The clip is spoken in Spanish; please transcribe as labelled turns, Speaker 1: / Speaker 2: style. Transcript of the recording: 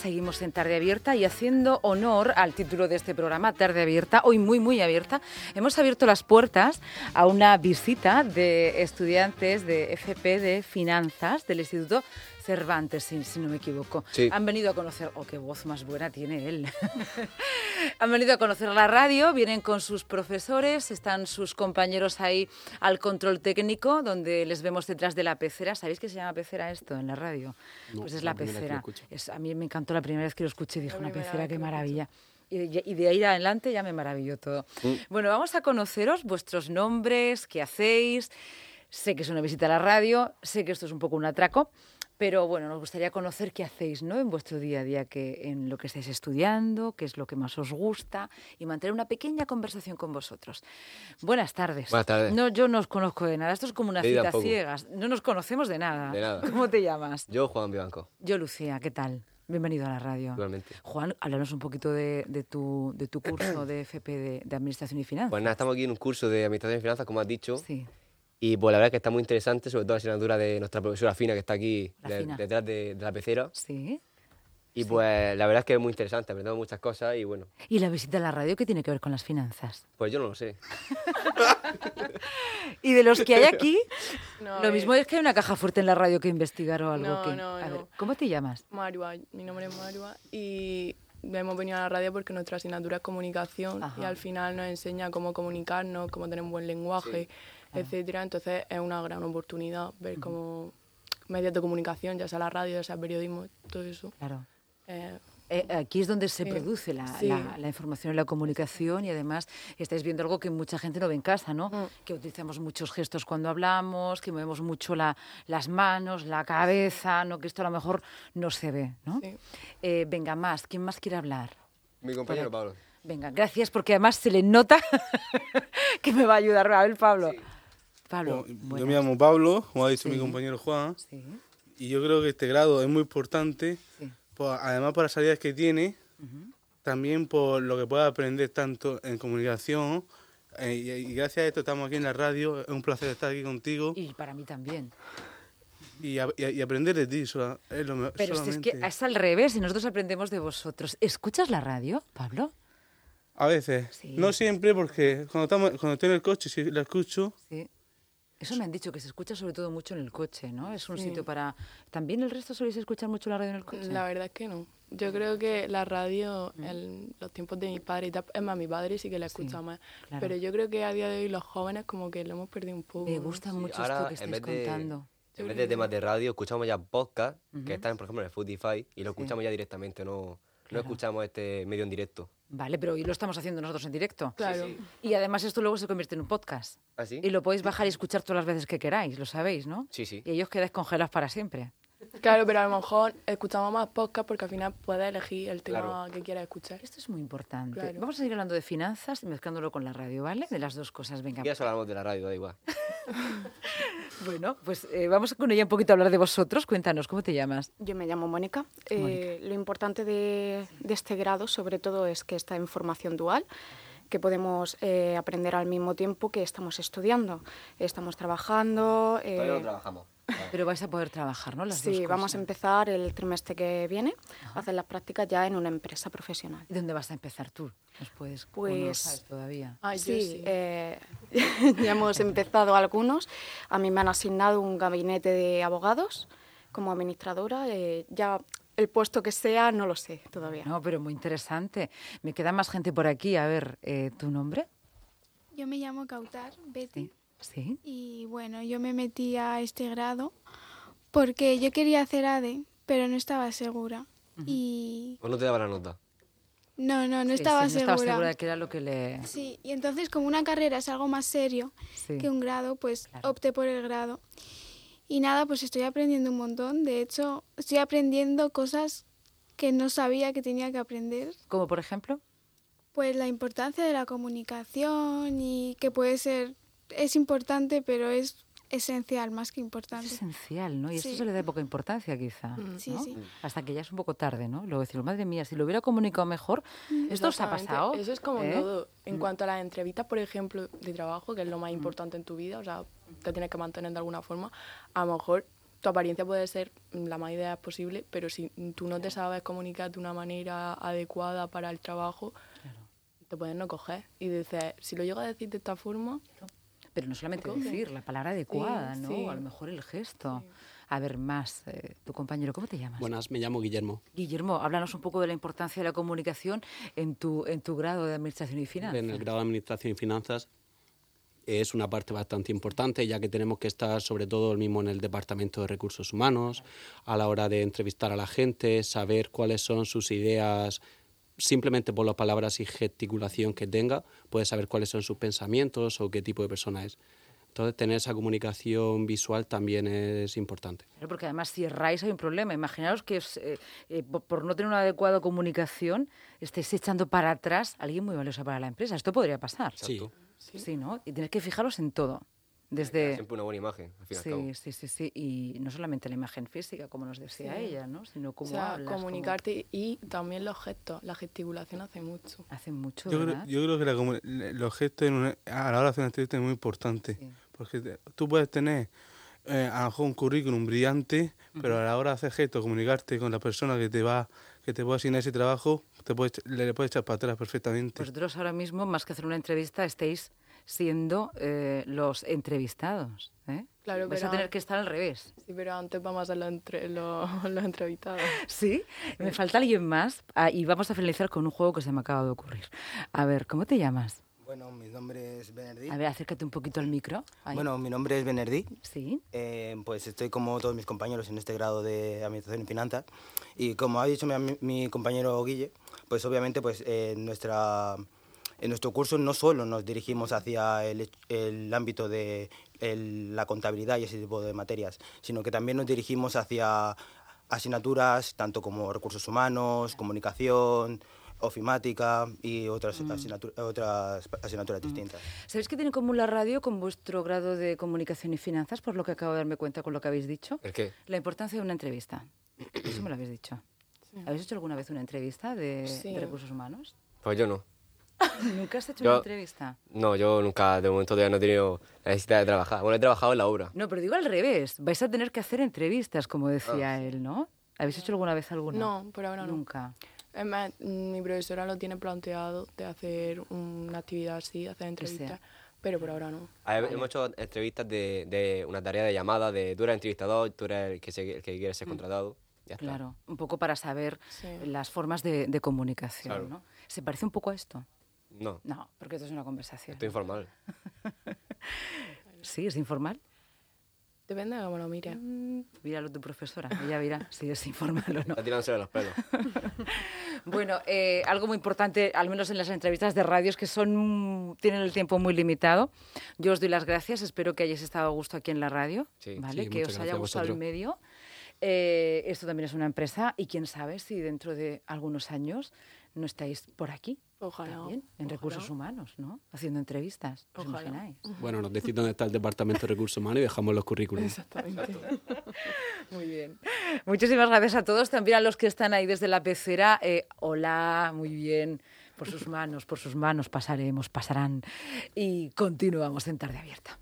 Speaker 1: seguimos en Tarde Abierta y haciendo honor al título de este programa, Tarde Abierta, hoy muy, muy abierta, hemos abierto las puertas a una visita de estudiantes de FP de Finanzas del Instituto Cervantes, si, si no me equivoco.
Speaker 2: Sí.
Speaker 1: Han venido a conocer, oh, qué voz más buena tiene él. Han venido a conocer la radio, vienen con sus profesores, están sus compañeros ahí al control técnico, donde les vemos detrás de la pecera. ¿Sabéis qué se llama pecera esto en la radio?
Speaker 2: No,
Speaker 1: pues es
Speaker 2: es
Speaker 1: la,
Speaker 2: la primera vez que lo
Speaker 1: pecera.
Speaker 2: escucho.
Speaker 1: Es- a mí me encantó la primera vez que lo escuché, dije
Speaker 3: La
Speaker 1: una
Speaker 3: primera
Speaker 1: pecera,
Speaker 3: vez
Speaker 1: qué
Speaker 3: que lo
Speaker 1: maravilla. Y de, y de ahí adelante ya me maravilló todo.
Speaker 2: Mm.
Speaker 1: Bueno, vamos a conoceros vuestros nombres, qué hacéis. Sé que es una visita a la radio, sé que esto es un poco un atraco, pero bueno, nos gustaría conocer qué hacéis ¿no? en vuestro día a día, que, en lo que estáis estudiando, qué es lo que más os gusta y mantener una pequeña conversación con vosotros. Buenas tardes.
Speaker 2: Buenas tardes.
Speaker 1: No, yo no os conozco de nada, esto es como una
Speaker 2: Yo
Speaker 1: cita
Speaker 2: tampoco.
Speaker 1: ciegas, no nos conocemos de nada.
Speaker 2: De nada.
Speaker 1: ¿Cómo te llamas?
Speaker 2: Yo, Juan Vivanco,
Speaker 1: Yo, Lucía, ¿qué tal? Bienvenido a la radio.
Speaker 2: igualmente.
Speaker 1: Juan, háblanos un poquito de, de tu, de tu curso de FP de, de Administración y Finanzas.
Speaker 2: Pues nada, estamos aquí en un curso de Administración y Finanzas, como has dicho,
Speaker 1: Sí,
Speaker 2: y pues la verdad es que está muy interesante, sobre todo la asignatura de nuestra profesora Fina, que está aquí
Speaker 1: La
Speaker 2: de-
Speaker 1: Fina.
Speaker 2: detrás de, de la pecera,
Speaker 1: sí.
Speaker 2: y pues la verdad es que es muy interesante, aprendemos muchas cosas y bueno,
Speaker 1: ¿Y la visita a la radio qué tiene que ver con las finanzas?
Speaker 2: pues yo no lo sé.
Speaker 1: Y de los que hay aquí,
Speaker 3: No,
Speaker 1: lo
Speaker 3: eh,
Speaker 1: mismo es que hay una caja fuerte en la radio que investigar o algo.
Speaker 3: No,
Speaker 1: que...
Speaker 3: no,
Speaker 1: a
Speaker 3: no.
Speaker 1: ver, ¿cómo te llamas?
Speaker 3: Marua, mi nombre es Marua y hemos venido a la radio porque nuestra asignatura es comunicación y
Speaker 1: Ajá.
Speaker 3: al final nos enseña cómo comunicarnos, cómo tener un buen lenguaje, etcétera. Entonces es una gran oportunidad ver cómo medios de comunicación, ya sea la radio, ya sea el periodismo, todo eso.
Speaker 1: Claro.
Speaker 3: Eh,
Speaker 1: Eh, aquí es donde se
Speaker 3: Sí.
Speaker 1: produce la,
Speaker 3: Sí.
Speaker 1: la- la información y la comunicación y además estáis viendo algo que mucha gente no ve en casa, ¿no?
Speaker 3: Mm.
Speaker 1: Que utilizamos muchos gestos cuando hablamos, que movemos mucho la- las manos, la cabeza, ¿no? Que esto a lo mejor no se ve, ¿no?
Speaker 3: Sí.
Speaker 1: Eh, venga, más, ¿quién más quiere hablar?
Speaker 2: Mi compañero Pablo.
Speaker 1: Venga, gracias porque además se le nota que me va a ayudar. A ver, Pablo. Pablo,
Speaker 4: Bueno, yo
Speaker 1: buenas.
Speaker 4: me llamo Pablo, como ha
Speaker 1: Sí.
Speaker 4: dicho mi compañero Juan,
Speaker 1: Sí,
Speaker 4: y yo creo que este grado es muy importante,
Speaker 1: sí.
Speaker 4: pues, además por las salidas que tiene, también por lo que pueda aprender tanto en comunicación, eh, y, y gracias a esto estamos aquí en la radio, es un placer estar aquí contigo
Speaker 1: Y para mí también.
Speaker 4: y, a- y a- y aprender de ti, sola- es lo me-
Speaker 1: Pero si es que
Speaker 4: solamente.
Speaker 1: es al revés y nosotros aprendemos de vosotros. ¿Escuchas la radio, Pablo?
Speaker 4: A veces,
Speaker 1: Sí.
Speaker 4: no siempre, porque cuando, estamos, cuando estoy en el coche, si la escucho,
Speaker 1: Sí. Eso me han dicho, que se escucha sobre todo mucho en el coche, ¿no? Es un sitio para... ¿También el resto soléis escuchar mucho la radio en el coche?
Speaker 3: La verdad es que no. Yo creo que la radio, en los tiempos de mi padre, y tal- es más, mi padre sí que la escucha más.
Speaker 1: claro.
Speaker 3: Pero yo creo que a día de hoy los jóvenes como que lo hemos perdido un poco.
Speaker 1: Me
Speaker 3: ¿no?
Speaker 1: gusta
Speaker 2: Sí,
Speaker 1: mucho
Speaker 2: ahora,
Speaker 1: esto que
Speaker 2: en
Speaker 1: estáis
Speaker 2: vez de-
Speaker 1: contando.
Speaker 2: En vez de temas de radio, escuchamos ya podcast, que están, por ejemplo, en el Spotify, y lo escuchamos ya directamente, no, no escuchamos este medio en directo.
Speaker 1: Vale, pero hoy lo estamos haciendo nosotros en directo.
Speaker 3: Claro.
Speaker 1: Y además esto luego se convierte en un podcast.
Speaker 2: ¿Ah, sí?
Speaker 1: Y lo podéis bajar y escuchar todas las veces que queráis, lo sabéis, ¿no?
Speaker 2: Sí, sí.
Speaker 1: Y ellos quedáis congelados para siempre.
Speaker 3: Claro, pero a lo mejor escuchamos más podcast porque al final puedes elegir el tema
Speaker 2: Claro.
Speaker 3: que quieras escuchar.
Speaker 1: Esto es muy importante.
Speaker 3: Claro.
Speaker 1: Vamos a seguir hablando de finanzas y mezclándolo con la radio, ¿vale? De las dos cosas, venga.
Speaker 2: Ya solo hablamos de la radio, da igual.
Speaker 1: Eh. Bueno, pues eh, vamos con ella un poquito a hablar de vosotros. Cuéntanos, ¿cómo te llamas?
Speaker 5: Yo me llamo Mónica. Eh, lo importante de, de este grado, sobre todo, es que está en formación dual, que podemos eh, aprender al mismo tiempo que estamos estudiando. Estamos trabajando. eh,
Speaker 2: Todavía no trabajamos.
Speaker 1: Pero vais a poder trabajar, ¿no? Las dos
Speaker 5: sí, vamos a
Speaker 1: cosas.
Speaker 5: empezar el trimestre que viene a hacer las prácticas ya en una empresa profesional.
Speaker 1: ¿Y dónde vas a empezar tú? ¿Nos puedes? o no lo
Speaker 5: Pues-
Speaker 1: sabes todavía.
Speaker 3: Ah, yo
Speaker 5: sí,
Speaker 3: sí.
Speaker 5: eh, ya hemos empezado algunos. A mí me han asignado un gabinete de abogados como administradora. eh, ya el puesto que sea, no lo sé todavía.
Speaker 1: No, pero muy interesante. Me queda más gente por aquí. A ver, eh, ¿tu nombre?
Speaker 6: Yo me llamo Cautar Betty
Speaker 1: Sí.
Speaker 6: y bueno, yo me metí a este grado porque yo quería hacer ADE, pero no estaba segura. Y
Speaker 2: ¿O Pues no te daba la nota?
Speaker 6: no, no, no
Speaker 1: Sí,
Speaker 6: estaba,
Speaker 1: sí, no estaba
Speaker 6: segura.
Speaker 1: segura de que era lo que le...
Speaker 6: Sí, y entonces como una carrera es algo más serio
Speaker 1: Sí.
Speaker 6: que un grado, pues
Speaker 1: Claro.
Speaker 6: opté por el grado. Y nada, pues estoy aprendiendo un montón. De hecho, estoy aprendiendo cosas que no sabía que tenía que aprender.
Speaker 1: Como por ejemplo...
Speaker 6: Pues la importancia de la comunicación y que puede ser, es importante, pero es esencial más que
Speaker 1: Es
Speaker 6: importante.
Speaker 1: esencial, ¿no? Y esto
Speaker 6: Sí.
Speaker 1: se le da poca importancia, quizá.
Speaker 6: Sí,
Speaker 1: ¿no?
Speaker 6: sí.
Speaker 1: Hasta que ya es un poco tarde, ¿no? Luego decir, madre mía, si lo hubiera comunicado mejor, esto os ha
Speaker 3: Exactamente.
Speaker 1: pasado.
Speaker 3: Mm, Eso es como
Speaker 1: ¿eh?
Speaker 3: todo. En cuanto a las entrevistas, por ejemplo, de trabajo, que es lo más importante en tu vida, o sea, te tienes que mantener de alguna forma, a lo mejor tu apariencia puede ser la más ideal posible, pero si tú no te sabes comunicar de una manera adecuada para el trabajo, te pueden no coger. Y dices, si lo llego a decir de esta forma,
Speaker 1: Pero no solamente
Speaker 3: ¿Cómo?
Speaker 1: decir, la palabra adecuada, ¿no?
Speaker 3: sí.
Speaker 1: A lo mejor el gesto. A ver, más, eh, tu compañero, ¿cómo te llamas?
Speaker 7: Buenas, me llamo Guillermo.
Speaker 1: Guillermo, háblanos un poco de la importancia de la comunicación en tu, en tu grado de Administración y Finanzas.
Speaker 7: En el grado de Administración y Finanzas es una parte bastante importante, ya que tenemos que estar sobre todo el mismo en el Departamento de Recursos Humanos, a la hora de entrevistar a la gente, saber cuáles son sus ideas, simplemente por las palabras y gesticulación que tenga, puedes saber cuáles son sus pensamientos o qué tipo de persona es. Entonces, tener esa comunicación visual también es importante.
Speaker 1: Claro, porque además si erráis hay un problema. Imaginaos que os, eh, eh, po- por no tener una adecuada comunicación estéis echando para atrás a alguien muy valioso para la empresa. Esto podría pasar.
Speaker 7: Sí.
Speaker 1: Sí, ¿no? Y tenéis que fijaros en todo. Desde...
Speaker 2: Siempre una buena imagen, al fin y al cabo.
Speaker 1: Sí, sí, sí, sí. Y no solamente la imagen física, como nos decía
Speaker 3: Sí.
Speaker 1: ella, ¿no? Sino
Speaker 3: o
Speaker 1: cómo
Speaker 3: sea,
Speaker 1: hablas, cómo-
Speaker 3: comunicarte y también los gestos, la gesticulación hace mucho.
Speaker 1: Hace mucho,
Speaker 4: Yo creo,
Speaker 1: ¿verdad?
Speaker 4: yo creo que la comu- le- los gestos en una- a la hora de hacer una entrevista es muy importante.
Speaker 1: Sí.
Speaker 4: Porque te- tú puedes tener eh, a lo mejor un currículum brillante, pero a la hora de hacer gestos, comunicarte con la persona que te va que te va a asignar ese trabajo, te puedes, le, le puedes echar para atrás perfectamente.
Speaker 1: Vosotros ahora mismo, más que hacer una entrevista, estáis siendo eh, los entrevistados. ¿eh?
Speaker 3: Claro,
Speaker 1: Vais a
Speaker 3: pero-
Speaker 1: tener que estar al revés.
Speaker 3: Sí, pero antes vamos a los, entre, los, los entrevistados.
Speaker 1: Sí, me falta alguien más Ah, y vamos a finalizar con un juego que se me acaba de ocurrir. A ver, ¿cómo te llamas?
Speaker 8: Bueno, mi nombre es Benerdí.
Speaker 1: A ver, acércate un poquito al micro. Ahí.
Speaker 8: Bueno, mi nombre es Benerdí.
Speaker 1: Sí,
Speaker 8: Eh, pues estoy como todos mis compañeros en este grado de Administración y Finanzas. Y como ha dicho mi, ami- mi compañero Guille, pues obviamente pues, eh, en nuestra, en nuestro curso no solo nos dirigimos hacia el, hech- el ámbito de el- la contabilidad y ese tipo de materias, sino que también nos dirigimos hacia asignaturas tanto como recursos humanos, comunicación, ofimática y otras,
Speaker 1: Mm.
Speaker 8: asignatu- otras asignaturas distintas.
Speaker 1: ¿sabéis que tiene en común la radio con vuestro grado de comunicación y finanzas, por lo que acabo de darme cuenta con lo que habéis dicho?
Speaker 2: ¿El qué?
Speaker 1: La importancia de una entrevista. Eso me lo habéis dicho. ¿Habéis hecho alguna vez una entrevista de,
Speaker 3: Sí.
Speaker 1: de recursos humanos?
Speaker 2: Pues yo no.
Speaker 1: ¿Nunca has hecho
Speaker 2: Yo-
Speaker 1: una entrevista?
Speaker 2: No, yo nunca, de momento todavía no he tenido la necesidad de trabajar. Bueno, he trabajado en la obra.
Speaker 1: No, pero digo al revés. Vais a tener que hacer entrevistas, como decía
Speaker 2: Ah,
Speaker 1: él, ¿no? ¿Habéis hecho alguna vez alguna?
Speaker 3: No, por ahora no.
Speaker 1: Nunca.
Speaker 3: Es más, mm, mi profesora lo tiene planteado de hacer una actividad así, hacer entrevistas, pero por ahora no.
Speaker 2: A ver, Hemos hecho entrevistas de, de una tarea de llamada, de tú eres entrevistador, tú eres el que, se- el que quiere ser contratado. Ya está.
Speaker 1: Claro, un poco para saber
Speaker 3: Sí.
Speaker 1: las formas de, de comunicación,
Speaker 2: Claro.
Speaker 1: ¿no? ¿Se parece un poco a esto?
Speaker 2: No,
Speaker 1: No, porque esto es una conversación.
Speaker 2: esto es informal.
Speaker 1: Sí, es informal.
Speaker 3: Depende de cómo lo mires.
Speaker 1: Mm. Míralo tu profesora, ella dirá si es informal o no.
Speaker 2: Está tirándose los pelos.
Speaker 1: Bueno, eh, algo muy importante, al menos en las entrevistas de radios, que son mm, tienen el tiempo muy limitado. Yo os doy las gracias, espero que hayáis estado a gusto aquí en la radio,
Speaker 2: Sí,
Speaker 1: ¿vale?
Speaker 7: sí,
Speaker 1: que
Speaker 7: muchas
Speaker 1: os haya
Speaker 7: gracias a
Speaker 1: gustado el
Speaker 7: vosotros.
Speaker 1: medio. Eh, esto también es una empresa y quién sabe si dentro de algunos años no estáis por aquí.
Speaker 3: Ojalá,
Speaker 1: también, en
Speaker 3: ojalá.
Speaker 1: recursos humanos, ¿no? Haciendo entrevistas. ¿Os
Speaker 3: Ojalá.
Speaker 1: imagináis?
Speaker 7: Bueno, nos decís dónde está el Departamento de Recursos Humanos y dejamos los currículums.
Speaker 1: Muy bien. Muchísimas gracias a todos, también a los que están ahí desde la pecera. Eh, hola, muy bien. Por sus manos, por sus manos pasaremos, pasarán. Y continuamos en Tarde Abierta.